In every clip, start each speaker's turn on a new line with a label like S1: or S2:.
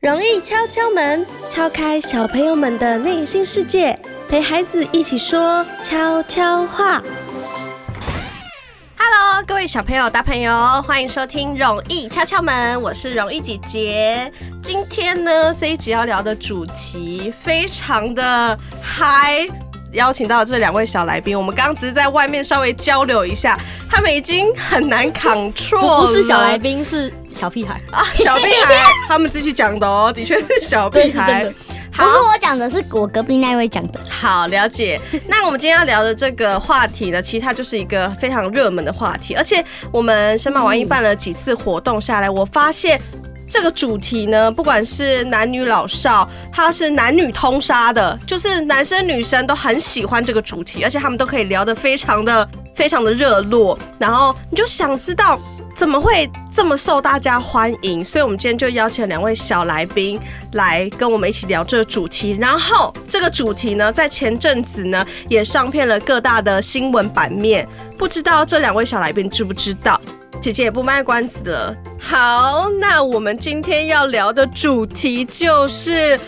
S1: 容易敲敲门，敲开小朋友们的内心世界，陪孩子一起说悄悄话。Hello，各位小朋友、大朋友，欢迎收听《容易敲敲门》，我是容易姐姐。今天呢，这一集要聊的主题非常的嗨。邀请到这两位小来宾，我们刚刚只是在外面稍微交流一下，他们已经很难 control
S2: 不不是小
S1: 了
S2: 来宾，是小屁孩，
S1: 啊，小屁孩，他们自己讲的 哦，的确是小
S2: 对，
S1: 屁
S2: 是真
S1: 孩
S2: 的。。
S1: 好
S3: 不是我讲的，是我隔壁那位讲的。
S1: 好，了解。那我们今天要聊的这个话题呢，其实它就是一个非常热门的话题，而且我们神马玩意办了几次活动下来，我发现。这个主题呢，不管是男女老少，它是男女通杀的，就是男生女生都很喜欢这个主题，而且他们都可以聊得非常的非常的热络，然后你就想知道怎么会这么受大家欢迎，所以我们今天就邀请了两位小来宾来跟我们一起聊这个主题。然后这个主题呢，在前阵子呢也上片了各大的新闻版面，不知道这两位小来宾知不知道？姐姐也不卖关子了。好，那我们今天要聊的主题就是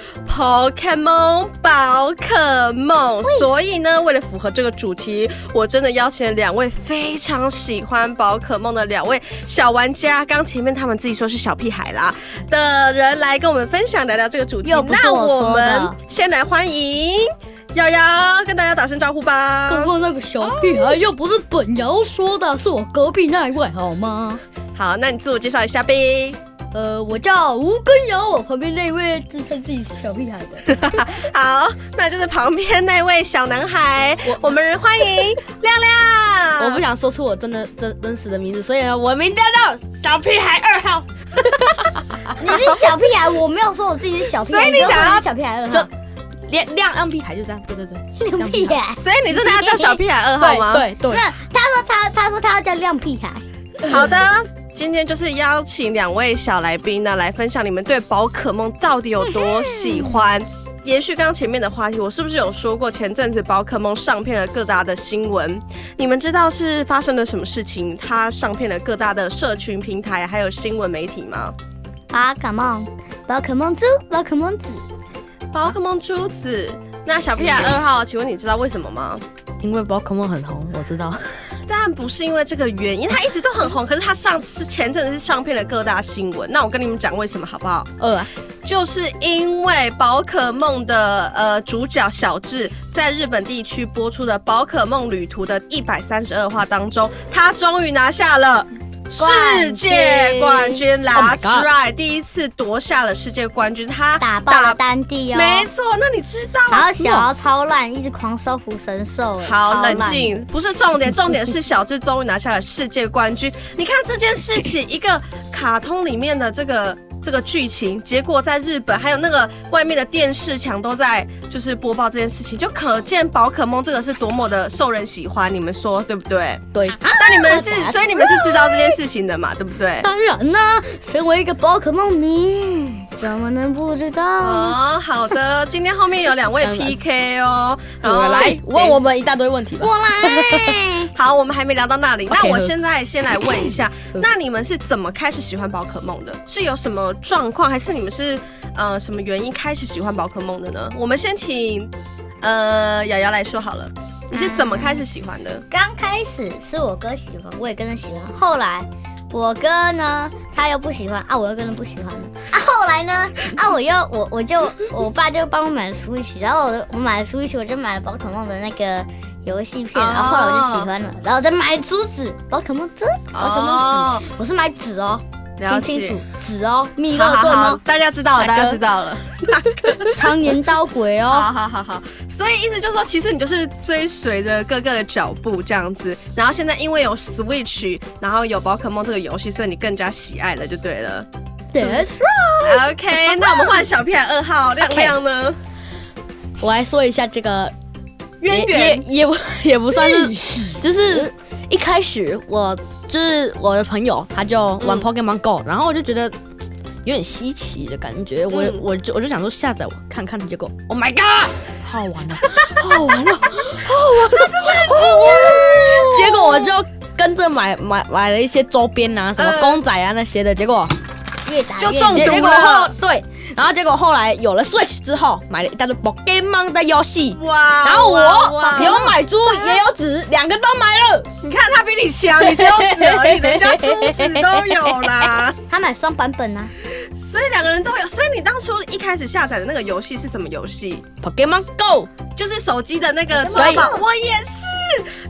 S1: Pokemon 宝可梦。所以呢，为了符合这个主题，我真的邀请了两位非常喜欢宝可梦的两位小玩家。刚前面他们自己说是小屁孩啦的人来跟我们分享聊聊这个主题。
S3: 又不是
S1: 那
S3: 我
S1: 我
S3: 说的
S1: 们先来欢迎瑶瑶，跟大家打声招呼吧。
S2: 刚刚那个小屁孩又不是本瑶说的，是我隔壁那一位，好吗？
S1: 好，那你自我介绍一下呗。
S2: 呃，我叫吴根瑶，我旁边那位自称自己是小屁孩的，
S1: 好，那就是旁边那位小男孩，我们欢迎亮亮。
S2: 我不想说出我真的真真实的名字，所以呢，我名字叫小屁孩二号。
S3: 你是小屁孩，我没有说我自己是小屁孩，
S1: 啊所以你
S3: 知道
S1: 想要
S3: 我是小屁孩二号
S2: 就亮亮 亮屁孩就这样，对对对，
S3: 亮屁孩。
S1: 所以你真的要叫小屁孩二号吗？
S2: 对对
S3: 没有，他说他他说他要叫亮屁孩，
S1: 对，好的。今天就是邀请两位小来宾呢，来分享你们对宝可梦到底有多喜欢。延续刚刚前面的话题，我是不是有说过前阵子宝可梦上片了各大的新闻？你们知道是发生了什么事情？它上片了各大的社群平台还有新闻媒体吗？
S3: 宝可梦，啊宝可梦猪，宝可梦子，
S1: 宝可梦珠子，那小屁孩二号，请问你知道为什么吗？
S2: 因为宝可梦很红，我知道。
S1: 但不是因为这个原因，他一直都很红，可是他上次前阵子是上片了各大新闻。那我跟你们讲为什么好不好？
S2: 二啊，
S1: 就是因为宝可梦的呃主角小智在日本地区播出的《宝可梦旅途》的一百三十二话当中，他终于拿下了。世界冠军
S2: Oh my
S1: ，That's
S2: god
S1: right，第一次夺下了世界冠军，他
S3: 打爆了丹帝哦。
S1: 没错。那你知道啊
S3: 然后小敖超烂，一直狂收服神兽。哎
S1: 好，
S3: 超烂
S1: 冷静，不是重点，重点是小智终于拿下了世界冠军。你看这件事情，一个卡通里面的这个这个剧情，结果在日本还有那个外面的电视墙都在就是播报这件事情，就可见宝可梦这个是多么的受人喜欢，你们说对不对？
S2: 对，
S3: 啊
S1: 那你 们是，
S3: that's
S1: 所以你们是知道这件事情的嘛，对不对？
S2: 啊当然啦、
S3: 身为一个宝可梦迷，怎么能不知道？
S1: 哦，好的，今天后面有两位
S2: 啊当然
S1: PK 哦，然后
S2: 我来问我们一大堆问题吧。
S3: 我来，
S1: 好，我们还没聊到那里。
S2: OK，
S1: 那我
S2: 呵，
S1: 现在先来问一 下
S2: 呵
S1: 那你们是怎么开始喜欢宝可梦的？是有什么状况，还是你们是呃什么原因开始喜欢宝可梦的呢？我们先请呃瑶瑶来说好了，你是怎么开始喜欢的？
S3: 刚开始是我哥喜欢，我也跟着喜欢。后来我哥呢，他又不喜欢啊，我又跟着不喜欢了啊。后来呢，啊，我又我我就我爸就帮我买了 Switch，然后我我买了 Switch，我就买了宝可梦的那个游戏片，
S1: 哦
S3: 然后后来我就喜欢了，然后我再买珠子，宝可梦珠，宝可梦
S1: 哦，
S3: 子，我是买子哦，
S1: 了
S3: 听
S1: 解。
S3: 清楚，子哦，密
S1: 好
S3: 勒
S1: 好
S3: 顿
S1: 好
S3: 哦，，
S1: 大家知道了，
S2: 大
S1: 大
S2: 哥
S1: 家知道了。
S3: 常年刀鬼哦，
S1: 好好好好，所以意思就是说，其实你就是追随着各个的脚步这样子，然后现在因为有 Switch，然后有宝可梦这个游戏，所以你更加喜爱了，就对了。
S3: 对
S1: OK，那我们换小屁孩二号亮亮呢？
S2: 我来说一下这个
S1: 渊
S2: 也
S1: 源
S2: 也 也不也不算是，就是一开始我就是我的朋友，他就玩
S1: 嗯
S2: Pokemon Go，、然后我就觉得嘖有点稀奇的感觉，我
S1: 嗯哦
S2: 我就我就想说下载我看看，结果 Oh my God，好好玩啊，好好玩啊，好好玩啊，结果我就跟着买买买了一些周边啊，什么
S1: 嗯
S2: 公仔啊那些的，结果
S3: 越打
S1: 就
S3: 越
S1: 中
S2: 结
S1: 毒
S2: 结果
S1: 了
S2: 后对，然后结果后来有了 Switch 之后，买了一大堆 Pokemon 的游戏。
S1: 哇！
S2: 然后
S1: 哇
S2: 我有，买猪也有纸，两个都买了。
S1: 你看他比你强，你只有纸而已，人家珠子都有 啦。
S3: 他买双版本啊，
S1: 所以两个人都有。所以你当初一开始下载的那个游戏是什么游戏？
S2: Pokemon Go，
S1: 就是手机的那个抓宝，我也是。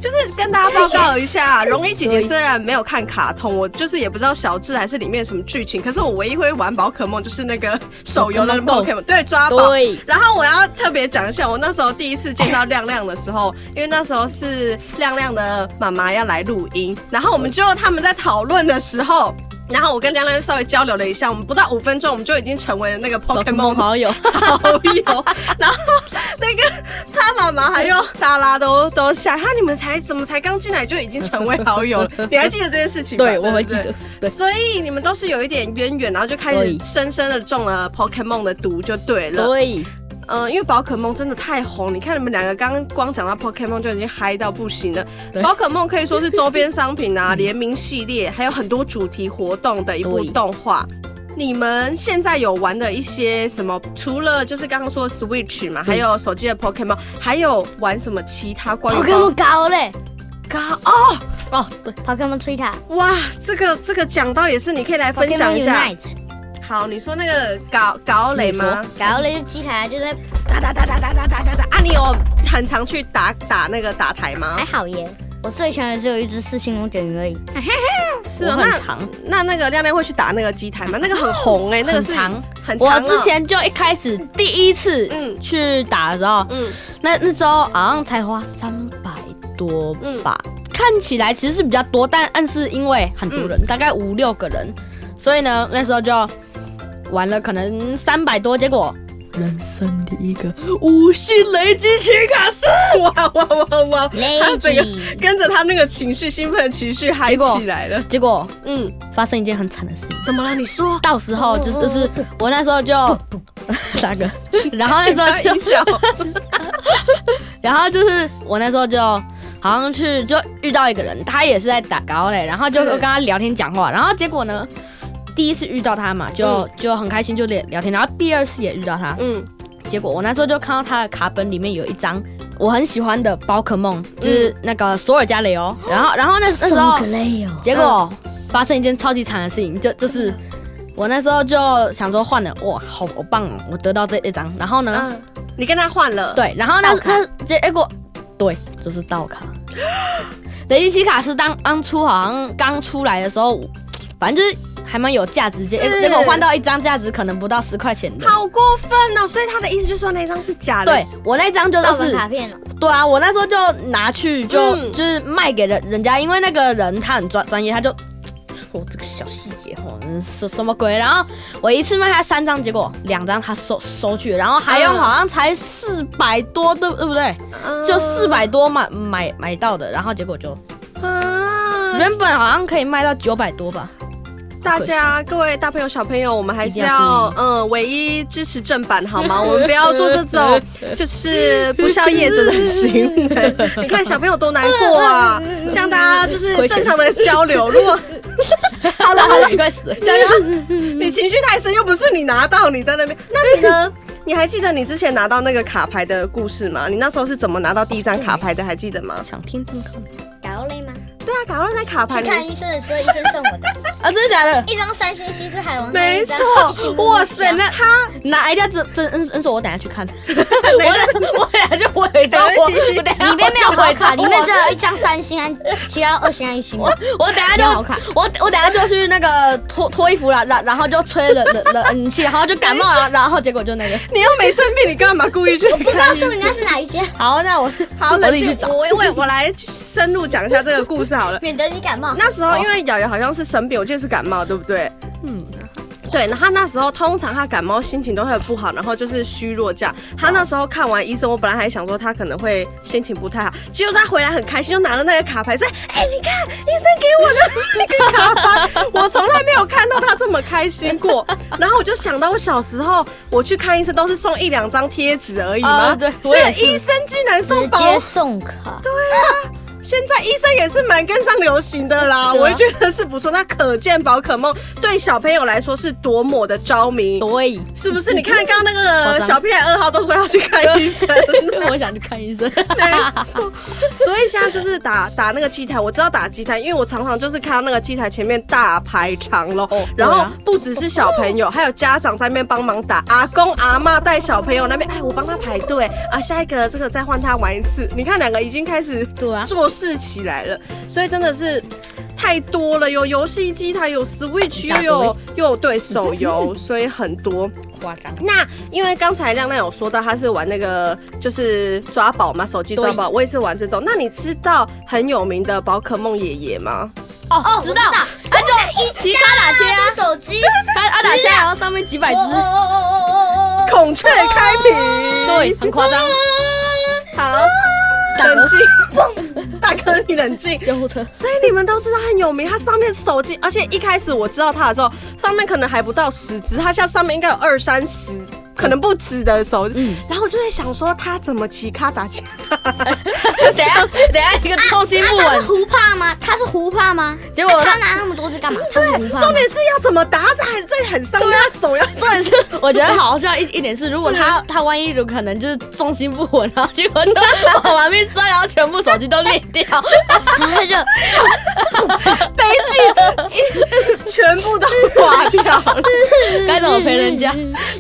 S1: 就是跟大家报告一 下，容易姐姐虽然没有看卡通，我就是也不知道小智还是里面什么剧情，可是我唯一会玩宝可梦就是那个手游的
S2: Pokemon Go
S1: Pokemon，对，抓宝。
S2: 对，
S1: 然后我要特别讲一下，我那时候第一次见到亮亮的时候，因为那时候是亮亮的妈妈要来录音，然后我们就他们在讨论的时候。 然后我跟亮亮稍微交流了一下，我们不到五分钟，我们就已经成为了 那个 Pokemon
S2: 好友，
S1: 好友，然后 那个他妈妈还有莎拉都都想，他你们才怎么才刚进来就已经成为好友？你还记得这件事情吗？
S2: 对我会
S1: 不
S2: 记得。对
S1: 所以你们都是有一点渊源，然后就开始
S2: 对
S1: 深深的中了 Pokemon 的毒，就对了。
S2: 对，
S1: 嗯，因为宝可梦真的太红，你看你们两个刚刚光讲到 Pokemon 就已经嗨到不行了。
S2: 对
S1: 宝可梦可以说是周边商品啊、联名系列，还有很多主题活动的一部
S2: 对
S1: 动画。你们现在有玩的一些什么？除了就是刚刚说的 Switch 嘛，还有手机的 Pokemon，还有玩什么其他关于
S3: 宝可梦高嘞，
S1: 高哦？
S2: 哦，对，
S3: 宝可梦 Twitter，
S1: 哇，这个这个讲到也是，你可以来
S3: 宝
S1: 分
S3: 可
S1: 享
S3: 梦
S1: 一下。
S3: Unite，
S1: 好，你说那个搞搞雷吗？
S3: 高嘞就机台就在
S1: 打打打打打打打打打啊！你有很常去打打那个打台吗
S3: 还？好耶。我最强的只有一只四星龙卷鱼而已，
S1: 是
S2: 我
S1: 哦，
S2: 很
S1: 那
S2: 长，
S1: 那那个亮亮会去打那个机台吗？那个很红 哎、那个
S2: 很
S1: 是
S2: 长。
S1: 很长
S2: 我
S1: 哦
S2: 之前就一开始第一次
S1: 嗯
S2: 去打的时候，
S1: 嗯
S2: 那那时候好像才花三百多吧，
S1: 嗯
S2: 看起来其实是比较多，但但是因为很多
S1: 嗯
S2: 人，大概五六个人，所以呢那时候就玩了可能三百多，结果人生第一个五星雷击奇卡斯，
S1: 哇哇哇哇，
S3: 雷
S1: 他整个
S3: 吉
S1: 跟着他那个情绪兴奋的情绪嗨
S2: 结果
S1: 起来了。
S2: 结果
S1: 嗯，
S2: 发生一件很惨的事情。
S1: 怎么了？你说
S2: 到时候
S1: 嗯
S2: 就是就是我那时候就 哪个，然后那时候
S1: 音
S2: 就
S1: 效
S2: 然后就是我那时候就好像去就遇到一个人，他也是在打高嘞，然后就是跟他聊天讲话，然后结果呢，第一次遇到他嘛，就就很开心就聊聊天，然后第二次也遇到他，
S1: 嗯
S2: 结果我那时候就看到他的卡本里面有一张我很喜欢的宝可梦，就是那个索尔加雷哦，然后然后那那时候
S3: 格雷哦，
S2: 结果发生一件超级惨的事情，就就是我那时候就想说换了，哇，好棒哦，我得到这一张。然后呢，
S1: 嗯，你跟他换了。
S2: 对，然后呢
S3: 盗，卡
S2: 那结果对，就是盗卡。 雷吉奇卡是当当初好像刚出来的时候，反正就是还蛮有价值，结
S1: 是
S2: 结果换到一张价值可能不到十块钱的。
S1: 好过分哦！所以他的意思就是说那张是假的。
S2: 对，我那张就
S3: 盗
S2: 都
S3: 版
S2: 是
S3: 卡片了，
S2: 对啊，我那时候就拿去就、
S1: 嗯
S2: 就是卖给人人家，因为那个人他很专专业，他就说这个小细节哦，嗯什什么鬼？然后我一次卖他三张，结果两张他收收去，然后还用
S1: 嗯
S2: 好像才四百多，对对不对？
S1: 嗯，
S2: 就四百多买买买到的，然后结果就
S1: 啊
S2: 原本好像可以卖到九百多吧。
S1: 大家各位大朋友小朋友，我们还是要
S2: 一定要
S1: 嗯，唯一支持正版好吗？我们不要做这 种就是不孝业者的行为。你看小朋友多难过啊！这样大家 就是正常的交流。如果好了好了，
S2: 你快死了！
S1: 大 家你情绪太深，又不是你拿到，你在那边，那你呢？你还记得你之前拿到那个卡牌的故事吗？你那时候是怎么拿到第一张卡牌的？还记得吗？
S2: 想听听看
S3: 高嘞吗？
S1: 对啊，搞到那卡牌
S3: 去
S1: 你，
S3: 看医生的时候，医生送我的
S2: 啊？真的假的？
S3: 一张三星西施海王，
S1: 没
S3: 一张一
S1: 错
S3: 星，龙啊
S2: 哇
S3: 虾
S2: 塞，那他哪一家真真嗯嗯说，我等下去看。
S1: 哪一
S2: 我
S1: 个是
S2: 俩我俩就伪装我，我等下
S3: 里面没有
S2: 我就
S3: 保
S2: 伪
S3: 卡，
S2: 装
S3: 里面只有一张三星，按其他二星啊按一星。
S2: 我我等下就
S3: 没有好看
S2: 我我等下就去那个脱脱衣服了，然然后就吹冷冷冷冷气，然后就感冒了，然后结果就那个。
S1: 你又没生病，你干嘛故意去看医生？
S3: 告诉你那是哪一些，。
S2: 好，那我是
S1: 好，
S2: 我
S1: 冷
S2: 自己去
S1: 静，
S2: 找。
S1: 我我我来深入讲一下这个故事好了
S3: 免得你感冒。
S1: 那时候因为瑶瑶好像是生病，我记得是感冒，对不对？
S2: 哦嗯，
S1: 对，然后他那时候通常他感冒心情都会很不好，然后就是虚弱这样。他那时候看完医生，我本来还想说他可能会心情不太好，结果他回来很开心，就拿了那个卡牌说：“哎、你看医生给我的 那个卡牌，我从来没有看到他这么开心过。”然后我就想到我小时候我去看医生都是送一两张贴纸而已嘛，
S2: 啊对我
S1: 所
S2: 也
S1: 以
S2: 是
S1: 医生竟然送
S3: 直
S1: 包
S3: 接送卡，
S1: 现在医生也是蛮跟上流行的啦，
S2: 对啊
S1: 我也觉得是不错。那可见宝可梦对小朋友来说是多么的着迷，
S2: 对，
S1: 是不是？你看刚刚那
S2: 哦夸
S1: 个
S2: 张
S1: 小屁孩二号都说要去看医生，
S2: 我想去看医生。
S1: 没 错。所以现在就是打打那个机台，我知道打机台，因为我常常就是看到那个机台前面大排长龙，
S2: 哦
S1: 然
S2: 对
S1: 后
S2: 啊
S1: 不只是小朋 友，还有家长在那边帮忙打，阿公阿妈带小朋友那边，哎，我帮他排队啊，下一个这个再换他玩一次。你看两个已经开始
S2: 对啊，
S1: 做事起来了，所以真的是太多了，有游戏机台，有 Switch，
S2: 一大
S1: 又
S2: 堆
S1: 有又有对手 游，所以很多。
S2: 夸张。
S1: 那因为刚才亮亮有说到他是玩那个就是抓宝嘛，手机抓宝，我也是玩这种。那你知道很有名的宝可梦爷爷吗？
S2: 哦
S3: 哦，我
S2: 知道，他就一起卡打切啊，
S3: 手机，
S2: 他阿打切，然后上面几百只
S3: 哦，哦哦哦哦哦哦
S1: 孔雀开屏，
S2: 对，很夸张。
S1: 好，
S2: 大 哥
S1: 冷 静，大哥你冷静。
S2: 救护车，
S1: 所以你们都知道很有名，它上面手机，而且一开始我知道它的时候，上面可能还不到十只，它现在上面应该有二三十，可能不止的手机。
S2: 嗯
S1: 然后我就在想说，它怎么骑卡打架？
S2: 等一下等一下一个重心不
S3: 啊他是
S2: 稳，
S3: 胡怕吗？他是胡怕吗？
S1: 哎
S2: 结果
S3: 他
S2: 他
S3: 拿那么多只干嘛？他是胡怕吗。
S1: 重点是要怎么打，这还这很伤他手要。
S2: 重点是我觉得好像一一点是，如果他他万一有可能就是重心不稳，然后结果就往玩命摔，然后全部手机都裂掉，
S3: 他就
S1: 悲剧全部都垮掉了。
S2: 该怎么赔人家？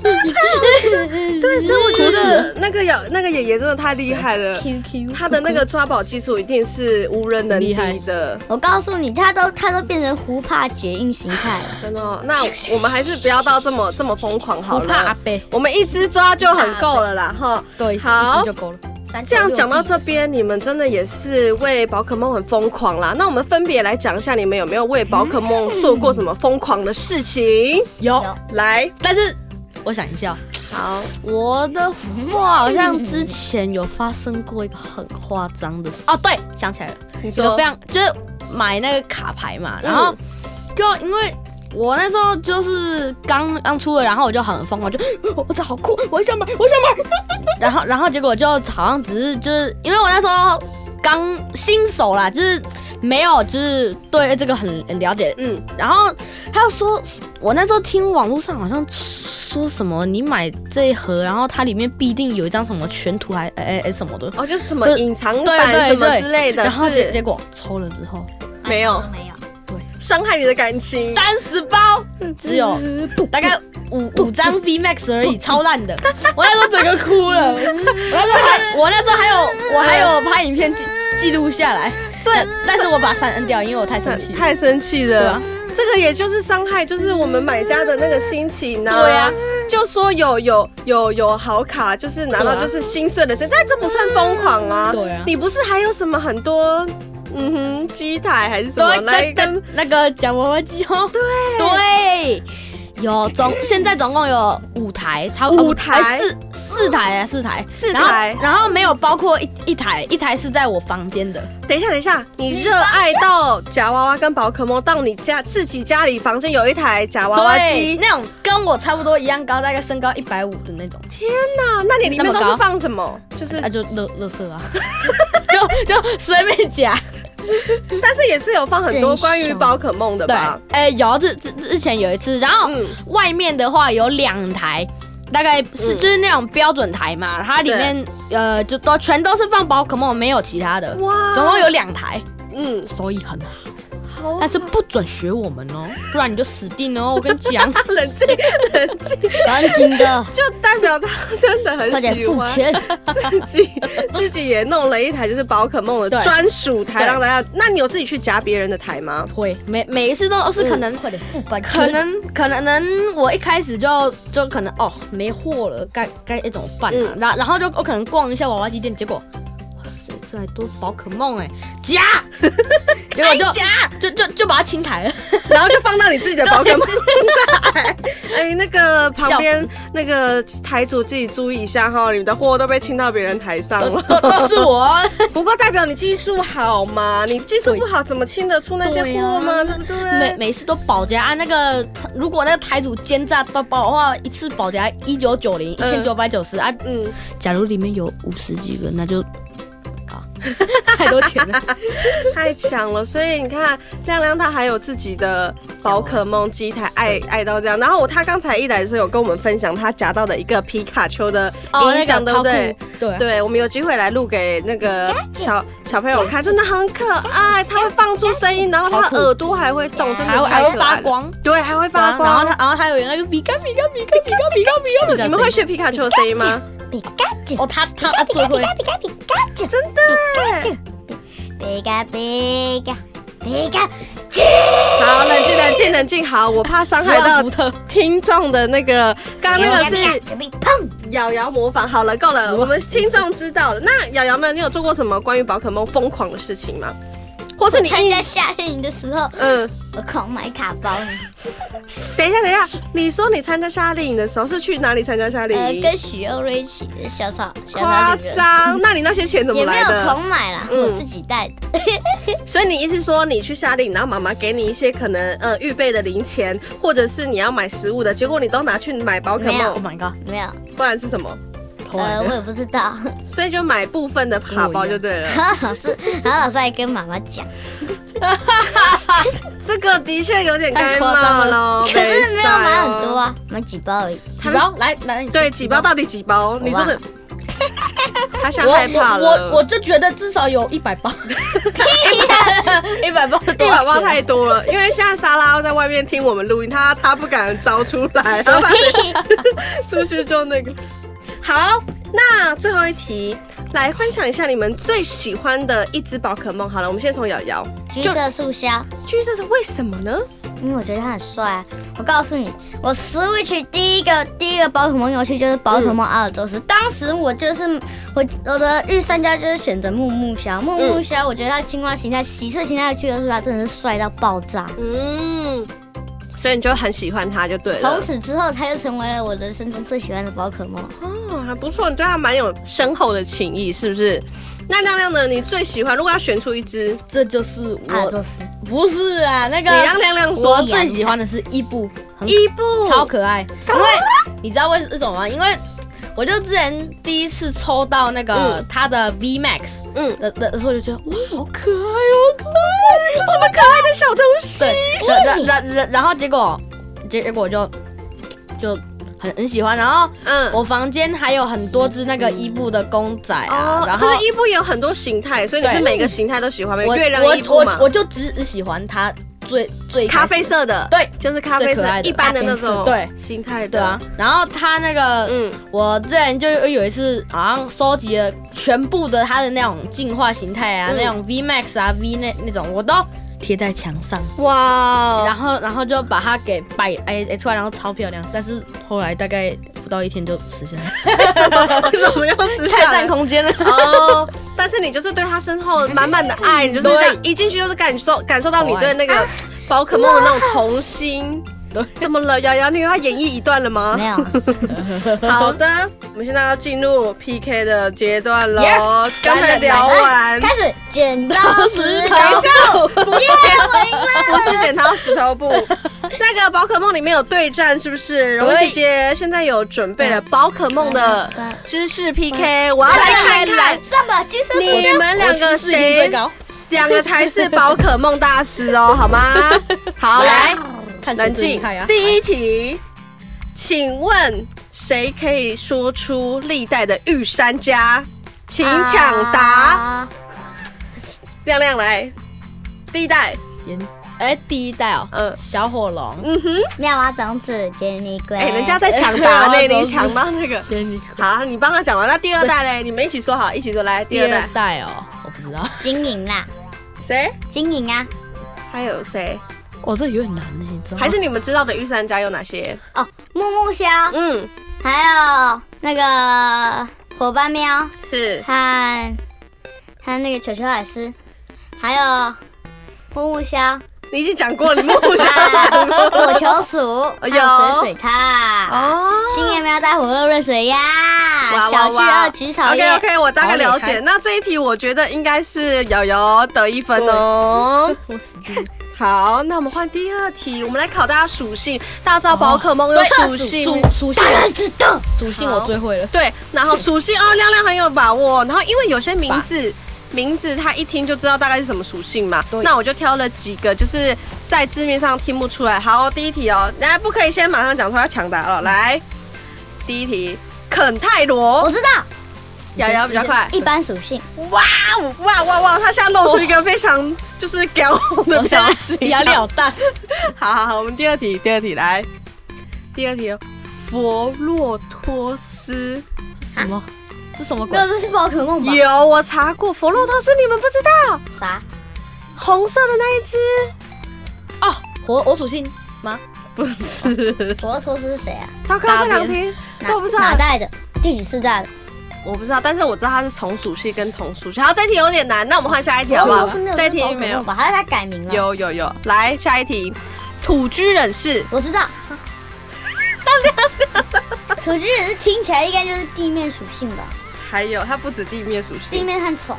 S1: 对，所以我觉得那个姚那个爷爷真的太厉害了，
S2: QQ
S1: 他的那个抓宝技术一定是无人能敌的。
S3: 我告诉你，他都他都变成胡怕结印形态了。
S1: 真的哦、那我们还是不要到这么这么疯狂好
S2: 不怕阿哎
S1: 了。
S2: 贝，
S1: 我们一只抓就很够了啦，哈。
S2: 对，
S1: 好
S2: 一只就够了。
S1: 这样讲到这边，你们真的也是为宝可梦很疯狂啦。那我们分别来讲一下，你们有没有为宝可梦做过什么疯狂的事情？
S2: 有，
S3: 有
S1: 来，
S2: 但是我想一下，
S1: 好，
S2: 我的话好像之前有发生过一个很夸张的事哦，对，想起来了，
S1: 你
S2: 一个
S1: 说嗯
S2: 非，常就是买那个卡牌嘛，然后就因为。我那时候就是刚刚出了，然后我就很疯狂，就我这好酷，我想买，我想买。然后，然后结果就好像只是就是因为我那时候刚新手啦，就是没有就是对这个很很了解，
S1: 嗯，
S2: 然后他又说，我那时候听网络上好像说什么，你买这一盒，然后它里面必定有一张什么全图还哎哎哎什么的，
S1: 哦，就是什么
S2: 对
S1: 隐藏
S2: 对
S1: 版
S2: 对
S1: 什么
S2: 对
S1: 之类的，
S2: 然后结
S1: 是
S2: 结果抽了之后
S1: 没有
S3: 没有，
S1: 伤害你的感情。
S2: 三十包，只有大概五五张 V Max 而已，超 烂的。我那时候整个哭了，我那时候还我那时候还有我还有拍影片记记录下来，
S1: 这
S2: 但是我把删摁掉，因为我太生气了。
S1: 太生气
S2: 对
S1: 了、
S2: 啊
S1: 这个也就是伤害，就是我们买家的那个心情呐、
S2: 对啊，
S1: 就说有有有有好卡，就是拿到
S2: 对啊
S1: 就是心碎的声音，但这不算疯狂啊。
S2: 对啊
S1: 你不是还有什么很多嗯哼机台还是什么
S2: 对，
S1: 来
S2: 对
S1: 跟
S2: 对，那个夹娃娃机哦，对对，有总现在总共有五台，超
S1: 五台
S2: 哎四四台啊四台
S1: 四台
S2: 然后然后没有包括一一台一台是在我房间的，
S1: 等一下等一下，你热爱到夹娃娃跟宝可梦，到你家自己家里房间有一台夹娃娃
S2: 对，
S1: 机，
S2: 那种跟我差不多一样高，大概身高一百五的那种，
S1: 那那你里面
S2: 那么
S1: 都是
S2: 高
S1: 放什么？就是
S2: 啊就乐乐色啊，就就随便夹，
S1: 但是也是有放很多
S3: 真
S1: 关于
S3: 爽
S1: 宝可梦的
S2: 对
S1: 吧？，
S2: 哎有之之之前有一次，然后。
S1: 嗯，
S2: 外面的话有两台，大概是、
S1: 嗯
S2: 就是那种标准台嘛，它里面呃就都全都是放宝可梦，没有其他的，
S1: 哇
S2: 总共有两台，
S1: 嗯，
S2: 收益很好，
S1: 好，
S2: 但是不准学我们哦，不然你就死定哦，我跟你讲
S1: 冷静冷静，
S3: 赶紧的，
S1: 就代表他真的 很
S3: 快点
S1: 喜
S3: 付
S1: 欢
S3: 钱。
S1: 自己，自己也弄了一台就是宝可梦的
S2: 对
S1: 专属台，
S2: 对
S1: 让大家。那你有自己去夹别人的台吗？
S2: 会每每一次都
S1: 嗯
S2: 是可能。
S3: 快点付本
S2: 可能可能我一开始就就可能哦没货了，该该该怎么办啊？
S1: 嗯
S2: 然、然后就我可能逛一下娃娃机店，结果哇塞，这还都宝可梦哎、 夹，结果就就就就把它清台了。
S1: 哎然后就放到你自己的宝可梦台。哎，那个旁边那个台主自己注意一下哈，你的货都被清到别人台上
S2: 都
S1: 了。
S2: 都都是我，
S1: 不过代表你技术好嘛，你技术不好怎么清得出那些货吗？
S2: 对
S1: 对
S2: 啊
S1: 不对？
S2: 每每次都保夹啊，那个如果那个台主奸诈到爆的话，一次保夹一九九零一
S1: 嗯
S2: 千九百九十啊。
S1: 嗯，
S2: 假如里面有五十几个，那就啊 好，太多钱了。
S1: 太强了，所以你看亮亮他还有自己的宝可梦机台，爱爱到这样。然后我他刚才一来的时候有跟我们分享他夹到的一个皮卡丘的
S2: 哦，
S1: 音
S2: 那
S1: 响，
S2: 个
S1: 对
S2: 超
S1: 不
S2: 酷
S1: 对？，
S2: 对啊，
S1: 对，我们有机会来录给那个小小朋友看，真的很可爱。它会放出声音，然后它
S2: 超酷
S1: 耳朵还会动，真的
S2: 还会
S1: 太
S2: 还
S1: 可
S2: 会发
S1: 爱了。
S2: 光，
S1: 对，还会发
S2: 然后然后
S1: 光。
S2: 它然后它有那个比干比干比干比干比干比干，
S1: 你们会学皮卡丘的声音吗？
S3: 皮卡丘，
S2: 哦，他他他
S3: 皮
S2: 最
S3: 卡
S2: 会
S3: 皮，卡皮卡皮卡丘，
S1: 真的。
S3: 皮卡皮卡皮卡丘，
S1: 好，冷静，冷静，冷静。好，我怕伤害
S2: 斯万
S1: 到
S2: 福特
S1: 听众的那个，刚啊刚那个是
S3: 准备砰，
S1: 瑶瑶模仿。好了，够
S2: 斯
S1: 了，
S2: 万
S1: 我们听众知道了。那瑶瑶呢？你有做过什么关于宝可梦疯狂的事情吗？或是你
S3: 参
S1: 印
S3: 加夏令营的时候，
S1: 嗯，
S3: 我狂买卡包 呢，
S1: 等一下，等一下，你说你参加夏令营的时候是去哪里参加夏令
S3: 呃，
S1: 营？
S3: 跟许佑瑞一起的小草小草
S1: 夸
S3: 旅人，
S1: 张，那你那些钱怎么
S3: 也没
S1: 来
S3: 有
S1: 的？
S3: 狂买啦，
S1: 嗯
S3: 我自己带的，
S1: 所以你意思说你去夏令营，然后妈妈给你一些可能呃预备的零钱，或者是你要买食物的，结果你都拿去买宝可
S3: 没有
S2: ，Oh
S1: 梦，
S2: my god，
S3: 没有，
S1: 不然是什么？
S2: 偷来
S3: 呃，我
S2: 的，
S3: 也不知道，
S1: 所以就买部分的卡包就对了。
S3: 然后老师，然后老师还跟妈妈讲，
S1: 这个的确有点该
S2: 太夸
S1: 骂
S2: 张
S1: 喽，
S3: 可是没有买
S1: 没
S3: 很
S1: 事
S3: 多
S1: 哦。
S3: 啊，买几包而已，
S2: 几包来来，你说
S1: 对，几包到底几包？你说 的，他想
S2: 我
S1: 害怕
S2: 我
S1: 了。
S2: 我我就觉得至少有一百 包，一百包
S1: 一
S2: 多
S1: 百包
S2: 少钱？
S1: 太多了，因为现在莎拉在外面听我们录音，她她不敢招出 来，她怕出去就那个。好，那最后一题，来分享一下你们最喜欢的一只宝可梦。好了，我们先从瑶瑶，
S3: 橘色树梢。
S1: 橘色是为什么呢？
S3: 因为我觉得他很帅啊！我告诉你，我 Switch 第一个第一个宝可梦游戏就是宝可梦阿尔宙斯。当时我就是我我的御三家就是选择木木枭，木木枭，我觉得他青蛙形态、喜色形态的巨额树他真的是帅到爆炸。
S1: 嗯，所以你就很喜欢它就对啊了。
S3: 从此之后，他就成为了我人生中最喜欢的宝可梦。
S1: 哦，还不错，你对它蛮有深厚的情谊，是不是？那亮亮呢？你最喜欢？如果要选出一只，你
S2: 啊这就是
S3: 阿尔
S2: 我
S3: 宙斯，
S2: 不是啊，那
S1: 让
S2: 个
S1: 亮亮
S2: 我
S1: 说
S2: 最喜欢的是伊布，很
S1: 伊布，
S2: 嗯超可爱，因为你知道为为什么吗？因为我就之前第一次抽到那个
S1: 嗯
S2: 他的 V Max
S1: 嗯，
S2: 的的的时候，我就觉得哇，好可爱，好可爱，
S1: 这什么可爱的小东西？
S2: 对，然然然然然后结果结结果我就就很很喜欢，然后
S1: 嗯，
S2: 我房间还有很多只那个伊布的公仔啊，然后
S1: 哦可是伊布也有很多形态，所以你是
S2: 对
S1: 每个形态都喜欢吗？
S2: 我
S1: 月亮伊
S2: 我
S1: 布嘛
S2: 我，我就只喜欢它最最
S1: 咖啡
S2: 开始
S1: 色的，
S2: 对
S1: 就是咖啡
S2: 最
S1: 色
S2: 可爱，的
S1: 一般的那种
S2: 大变色
S1: 形态
S2: 对啊
S1: 的，，
S2: 然后它那个
S1: 嗯
S2: 我之前就有一次，好像收集了全部的它的那种进化形态啊，
S1: 嗯
S2: 那种 V Max 啊 V 那那种，我都贴在墙上，
S1: 哇哦
S2: 然，后然后就把它给摆哎哎出来，然后超漂亮。但是后来大概不到一天就实现了，
S1: 为什么 为什么要撕
S2: 太
S1: 下来
S2: 占？空间了。
S1: 哦，但是你就是对他身后满满的爱，你就是这样一进去就是感受感受到你对那个宝可梦的那种童心。
S2: 对
S1: 怎么了，瑶瑶？你又要演绎一段了吗
S3: 没？有啊，
S1: 好的，我们现在要进入 PK 的阶段喽
S2: Yes，。
S1: 刚才聊完，
S3: 开始剪刀石头
S2: 等一下
S3: 布，
S1: 不是剪， 不是剪刀石头 布。那个宝可梦里面有对战，是不是？蓉姐姐现在有准备了宝可梦的知识 PK，我要来看看
S3: 算吧，橘色树
S1: 你
S3: 梢。
S1: 们两个
S2: 我的趋势一定最
S1: 谁
S2: 高，
S1: 两个才是宝可梦大师哦，好 吗？好，来，
S2: 看谁
S1: 冷
S2: 最厉
S1: 静
S2: 害啊。
S1: 第一题，请问谁可以说出历代的御三家？请
S2: 啊
S1: 抢答。
S3: 啊
S1: 亮亮来，第一代，
S2: 严哎，第一代哦，
S1: 嗯
S2: 小火龙，
S1: 嗯哼，
S3: 妙蛙啊种子，杰尼龟。
S1: 哎，人家在抢 答呢，
S2: 哎
S1: 你抢到那个。
S2: 天你
S1: 好，你帮他讲完。那第二代嘞？你们一起说好，一起说来。第
S2: 第
S1: 二
S2: 二
S1: 代
S2: 代哦，我不知道，
S3: 经营啦，
S1: 谁？
S3: 经营啊。
S1: 还有谁？
S2: 哦，这有点难呢，你知道吗
S1: 还是你们知道的御三家有哪些？
S3: 哦，木木枭，
S1: 嗯，
S3: 还有那个伙伴喵
S1: 是
S3: 和和那个球球海狮，还有木木枭，
S1: 你已经讲过，你们互 相讲
S3: 和
S1: 过。
S3: 火球鼠，还有水水獭，
S1: 哎哦，
S3: 新年喵带火热润水鸭
S1: 哇，
S3: 啊小巨
S1: 哇
S3: 鳄菊草叶
S1: OK。OK，我大概了
S2: 好厉
S1: 解。
S2: 害
S1: 那这一题我觉得应该是瑶瑶得一分哦。
S2: 我死定了
S1: 好，那我们换第二题，我们来考大家属性。大家知道宝可梦有属性。
S2: 属属性
S3: 当然知道，
S2: 属性我最会了。
S1: 对，然后属性哦，亮亮很有把握。然后因为有些名字名字他一听就知道大概是什么属性嘛
S2: 对。
S1: 那我就挑了几个，就是在字面上听不出来。好，第一题哦，大家不可以先马上讲出来，要抢答了。来，第一题，肯泰
S3: 我
S1: 罗，
S3: 知道，
S1: 瑶瑶比较哦快。
S3: 一般属性。
S1: 哇哦哇哇哇！他现在露出一个非常就是屌红的
S2: 我
S1: 表
S2: 想
S1: 情。
S2: 比较了蛋，
S1: 好好好，我们第二题，第二题来，第二题哦，佛洛托斯。
S2: 什么？是什么鬼
S3: 没有，？这是宝可梦吧？
S1: 有，我查过佛洛托斯，你们不知道，
S3: 啥？
S1: 红色的那一只
S2: 哦，火火属性吗？
S1: 不是。
S3: 佛托斯是谁啊？
S1: 糟糕，这两题
S3: 哪
S1: 都不知道
S3: 哪，代的？第几世代的？
S1: 我不知道，但是我知道它是从属性跟同属性。好，这一题有点难，那我们换下一题好不好
S3: 佛托斯那？
S1: 这
S3: 个
S1: 一
S3: 是宝
S1: 题
S3: 可
S1: 没
S3: 梦
S1: 有，
S3: 吧？还是他改名了？，
S1: 有有有，来下一题，土居忍士，
S3: 我知道。土鸡也是听起来应该就是地面属性吧？
S1: 还有它不止地面属
S3: 地
S1: 性。
S3: 面和 床。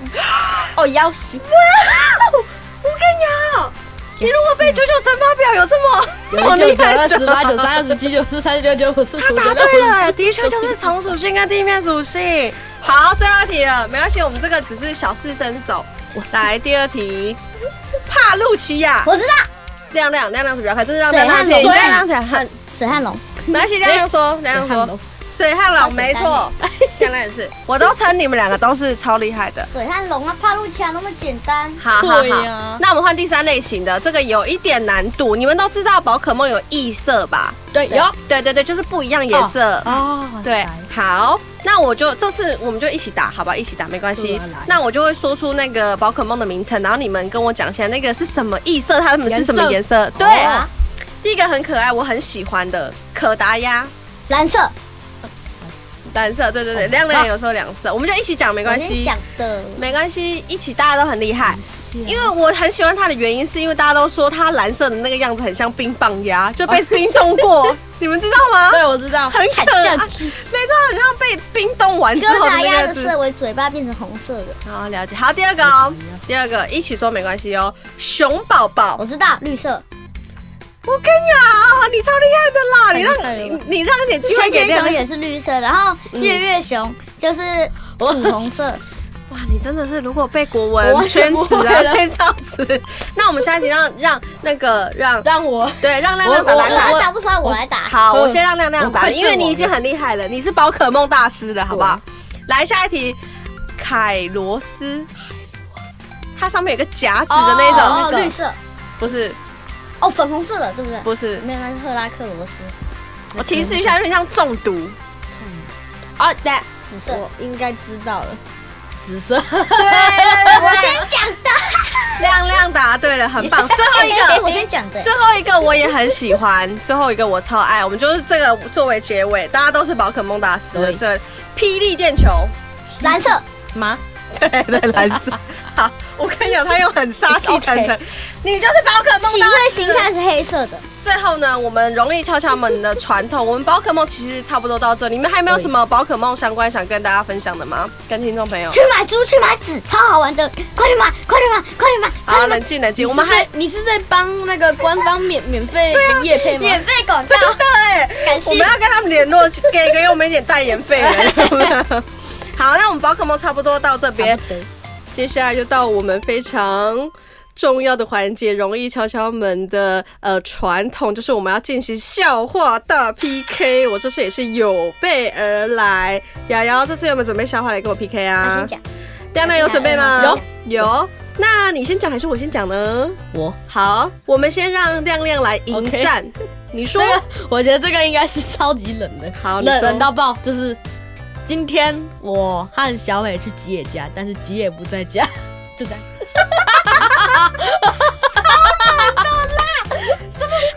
S2: 哦，妖许
S1: 我跟你讲，你如果背九九乘法表有这么这么
S2: 九
S1: 厉
S2: 九
S1: 害
S2: 二
S1: 就
S2: 十八九三二十七九四三九九五四十五
S1: 答对了，的确就是从属性跟地面属性。好，最后一题了，没关系，我们这个只是小试身手。来，第二题，帕路奇亚，
S3: 我知道，
S1: 亮亮亮亮是比较快，这是让
S3: 水
S1: 亮亮
S3: 和
S1: 亮
S3: 龙嗯
S1: 亮亮很，
S3: 水和龙。
S1: 没关系，亮亮说，亮亮说，水和
S3: 好
S1: 龙
S3: 简单
S1: 没错，亮亮也是，我都称你们两个都是超厉害的。
S3: 水和龙啊，帕路奇亚那么简单。
S1: 好好
S2: 对
S1: 好
S2: 呀，
S1: 那我们换第三类型的，这个有一点难度。你们都知道宝可梦有异色吧？
S2: 对有
S1: 对对对，就是不一样颜色。
S2: 啊
S1: 对，好，那我就这次我们就一起打，好吧？一起打没关系
S2: 对啊来。
S1: 那我就会说出那个宝可梦的名称，然后你们跟我讲一下那个是什么异色，它们是什么颜
S2: 颜哦
S1: 色？对，
S3: 好啊
S1: 第一个很可爱，我很喜欢的可达鸭，
S3: 蓝色。
S1: 蓝色，对对
S2: 哦
S1: 对，亮亮有时候两色，我们就一起讲没
S3: 没
S1: 关系，
S3: 讲的。
S1: 没关系，一起大家都很厉害。
S3: 啊
S1: 因为我很喜欢它的原因，是因为大家都说它蓝色的那个样子很像冰棒 鸭，就被冰冻过，你们知道吗？
S2: 对我知道，
S1: 很可爱，
S3: 惨 叫
S1: 没错，很像被冰冻完之
S3: 哥
S1: 后的
S3: 达鸭
S1: 那个
S3: 的色为嘴巴变成红色的，
S1: 好，了解。好，第二个哦，第二个一起说没关系哦。熊宝宝
S3: 我，知道绿色。
S1: 我跟你讲，你超厉害的啦！你
S2: 太厉害
S1: 让你你让一嗯点机会
S3: 圈
S1: 给
S3: 圈
S1: 亮
S3: 熊
S1: 亮。
S3: 也是绿色，然后月月熊就是土红 色。
S1: 哇，你真的是如果被国
S2: 我
S1: 文
S2: 完全
S1: 圈
S2: 不
S1: 词
S2: 会
S1: 啊
S2: 了
S1: 被造词，那我们下一题让让那个让
S2: 让我
S1: 对让亮亮打
S2: 我
S1: 来
S3: 我
S1: 来。
S3: 来打不出来，我来打。
S1: 好，
S2: 嗯
S1: 我先让亮亮
S2: 我
S1: 打，
S2: 快
S1: 因为
S2: 阵
S1: 你
S2: 亡
S1: 已经很厉害了，你是宝可梦大师了，好不好？来下一题，凯罗斯，它上面有个夹子的那种，
S3: 哦，
S2: 那个
S3: 绿色，
S1: 不是
S3: 哦，粉红色的，对不对？
S1: 不是，
S2: 嗯
S3: 没有，那是赫拉克罗斯，
S1: 我提示一下，有点像中毒。
S2: 啊，对，
S3: 紫色。
S2: 我应该知道了，紫色，
S1: 我
S3: 哎我先讲的，
S1: 亮亮答对了，很 哦棒。最后一
S3: 哎我
S1: 个，
S3: 先讲的。
S1: 最后一个我也很喜欢，最后一个我超爱。我们就是这个作为结尾，大家都是宝可梦大师。
S2: 对
S1: 对，霹雳电球，
S3: 蓝色，
S2: 吗？
S1: 对对，蓝色。 好，我跟你讲，他又很杀气腾腾
S2: It's，
S1: 你就是宝可梦
S3: 喜
S1: 大
S3: 瑞
S1: 师
S3: 形。态是黑色的。
S1: 最后呢，我们容易敲敲门的传统，我们宝可梦其实差不多到这里。你们还有没有什么宝可梦相关想跟大家分享的吗？跟听众朋友
S3: 去。买猪，去买子，超好玩的，快点买，快点买，快点买，快
S1: 好，啊
S3: 点买！
S1: 冷静冷静，我
S2: 我
S1: 们
S2: 们
S1: 还
S2: 还啊你是在帮那个官方免免费夜配吗？
S3: 免费 广告，
S1: 对，
S3: 感谢
S1: 我们要跟他们联络，给给我们一点代言费了。好，那我们宝可梦差不多到这边，接下来就到我们非常。重要的环节，容易敲敲门的呃传统，就是我们要进行笑话大 PK。我这次也是有备而来，瑶瑶这次有没有准备笑话来跟我 PK
S3: 我
S1: 啊
S3: 先？讲，
S1: 亮亮有准备吗？
S3: 有
S1: 有。那你先讲还是我先讲呢？
S2: 我
S1: 好，我们先让亮亮来迎
S2: OK
S1: 战。你
S2: 这
S1: 说，
S2: 个我觉得这个应该是超级冷的，
S1: 好你
S2: 冷
S1: 说
S2: 冷哦到爆。就是今天我和小美去吉野家，但是吉野不在家，就这样。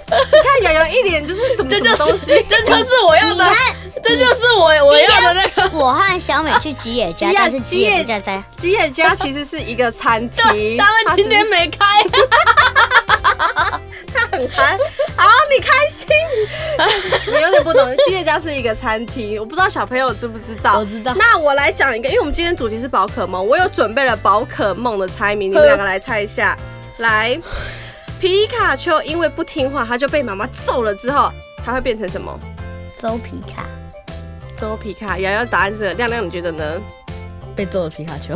S1: 看瑶瑶一脸就是什么
S2: 这
S1: 什
S2: 就
S1: 么东
S2: 是
S1: 西，
S2: 这就是我要
S3: 你
S2: 的，
S3: 看，
S2: 这就是我我要的那个。
S3: 我和小美去吉野家
S1: 吉，野
S3: 但是吉野不在家，
S1: 吉野家其实是一个餐厅，
S2: 他们今天没开，啊
S1: 它只是它很嗨。好，你开心？ 你有点不懂，吉野家是一个餐厅，我不知道小朋友知不知道。
S2: 我知道
S1: 那我来讲一个，因为我们今天主题是宝可梦，我有准备了宝可梦的猜谜，你们两个来猜一下。来，皮卡丘因为不听话，他就被妈妈揍了之后，他会变成什么？
S3: 周皮卡，
S1: 周皮卡。瑶瑶答案是亮亮，你觉得呢？
S2: 被揍的皮卡丘。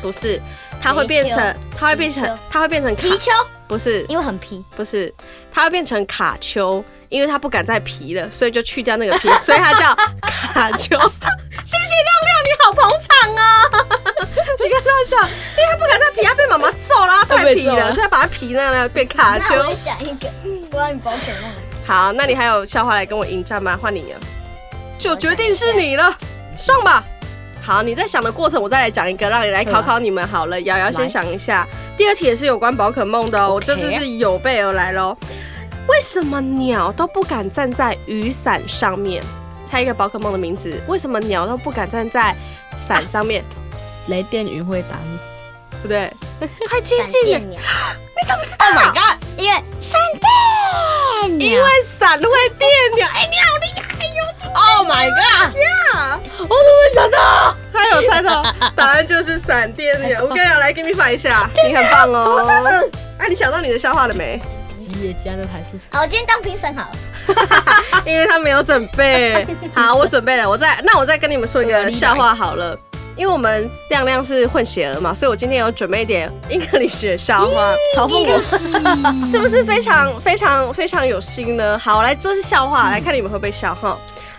S1: 不是，它会变成，它会变
S3: 皮
S1: 成
S3: 丘，
S1: 它会变成卡
S3: 皮，丘，
S1: 不是
S3: 因为 很皮，
S1: 不是，它会变成卡丘，因为它不敢再皮了，所以就去掉那个 皮，所以它叫卡 丘。谢谢亮亮，你好捧场啊！ 你看他笑，因为它不敢再皮，它被妈妈揍了，它
S2: 它
S1: 太
S2: 被
S1: 皮
S2: 揍
S1: 了，
S2: 了
S1: 所以它把它皮那个变卡丘。
S3: 那我也想一个关于宝可梦的。
S1: 好，那你还有笑话来跟我迎战吗？换你了，就决定是你了，上吧。好，你在想的过程，我再来讲一个，让你来考考你们好了。瑶瑶先
S2: 嗯来
S1: 想一下，第二题也是有关宝可梦的、哦，我
S2: OK
S1: 这次是有备而来喽。为什么鸟都不敢站在雨伞上面？猜一个宝可梦的名字。为什么鸟都不敢站在伞上面？
S2: 雷电云会打你。
S1: 对不对？ 快接
S3: 闪
S1: 近了！
S3: 电鸟，
S1: 你怎么知道
S2: Oh my god！
S3: 因为闪
S1: 因
S3: 电鸟
S1: 为，伞会电鸟。哎、你好厉害哟！
S2: Oh my god！
S1: 啊
S2: 我怎么会想到？
S1: 他有猜到，答案就是闪电 鸟。我跟你讲，来给你反一下，你很棒哦。那、你想到你的笑话了没？
S2: 你也加那台是
S3: 好，我今天当评审好了。
S2: 啊
S1: 因为他没有准 备。好，我准备了，我再那我再跟你们说一个笑话好了。因为我们亮亮是混血儿嘛，所以我今天有准备一点英格里学笑话，
S2: 嘲讽我
S1: 是不是非常非常非常有心呢？好，来，这是笑话，来看你们会不会笑哈。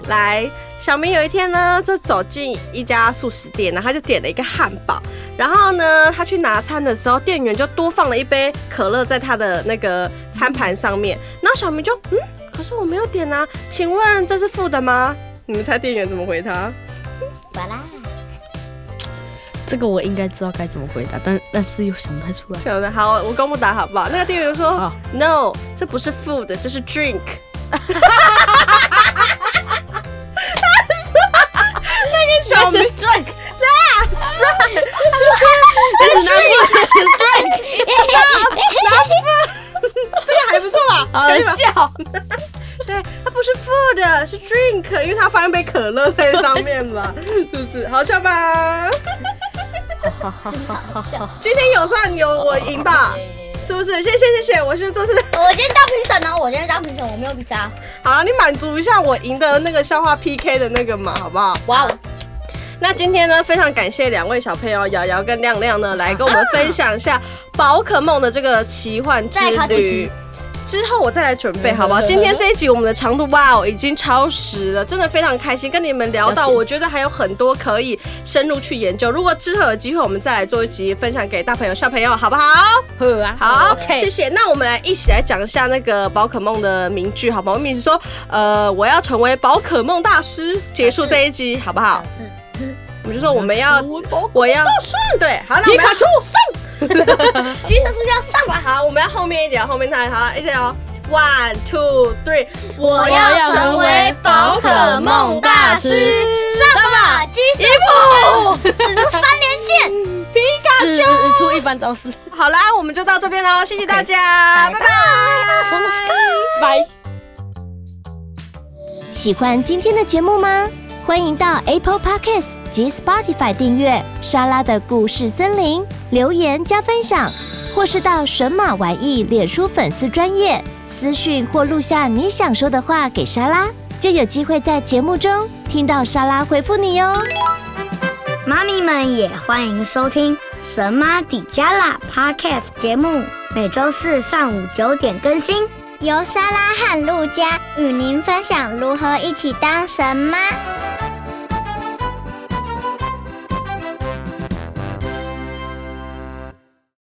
S1: 来，小明有一天呢，就走进一家素食店，然后他就点了一个汉堡。然后呢，他去拿餐的时候，店员就多放了一杯可乐在他的那个餐盘上面。然后小明就，嗯，可是我没有点啊，请问这是负的吗？你们猜店员怎么回他？
S3: 巴啦，
S2: 这个我应该知道该怎么回答，但但是又想不太出来。
S1: 晓得，好，我公布答案好不好？那个店员说、
S2: 好
S1: n o 这不是 food，这是 drink。他说那个小明
S2: This is drunk，
S1: 就是拿这个还不错吧？
S2: 好
S1: 可以吧
S2: 笑。
S1: 对，它不是 food，是 drink，因为他放一杯可乐在上面嘛，是不是？好笑吧？
S2: 好好好好好好，
S1: 今天有算有我赢吧？是不是？谢谢谢谢，我是这次
S3: 我今天当评审呢，我今天当评审，我没有比赛啊。
S1: 好了，你满足一下我赢的那个笑话 PK 的那个嘛，好不好？
S2: 哇哦！
S1: 那今天呢，非常感谢两位小朋友瑶瑶跟亮亮呢，来跟我们分享一下宝可梦的这个奇幻之
S3: 再考几
S1: 旅
S3: 题。
S1: 之后我再来准备，好不好？今天这一集我们的长度哇哦，已经超时了，真的非常开心，跟你们聊到，
S2: 了解
S1: 我觉得还有很多可以深入去研究。如果之后有机会，我们再来做一集分享给大朋友、小朋友，好不好？
S2: 好啊，
S1: 好谢
S2: ，OK，
S1: 谢。那我们来一起来讲一下那个宝可梦的名句，好不好？我们一起说，呃，我要成为宝可梦大师，结束这一集，好不好？
S3: 是，
S1: 我们就说我们要，
S2: 皮
S1: 我要，对，好，那我们
S2: 卡
S1: 要
S2: 丘上，
S3: 橘色是不是要上吧？
S1: 好，我们要后面一点，后面太好，一点哦。One, two, three，我
S2: 要成为宝可梦大师
S3: 上吧，橘色，使出三连剑。
S1: 皮卡
S2: 是
S1: 丘。
S2: 日出一般招式，
S1: 好啦，我们就到这边喽，谢谢大家，拜拜。
S2: 拜。
S4: 喜欢今天的节目吗？欢迎到 Apple Podcasts 及 Spotify 订阅《莎拉的故事森林》，留言加分享，或是到神马玩意脸书粉丝专业私讯或录下你想说的话给莎拉，就有机会在节目中听到莎拉回复你哦。
S3: 妈咪们也欢迎收听《神妈底加拉》Podcast 节目，每周四上午九点更新，由莎拉和陆佳与您分享如何一起当神妈。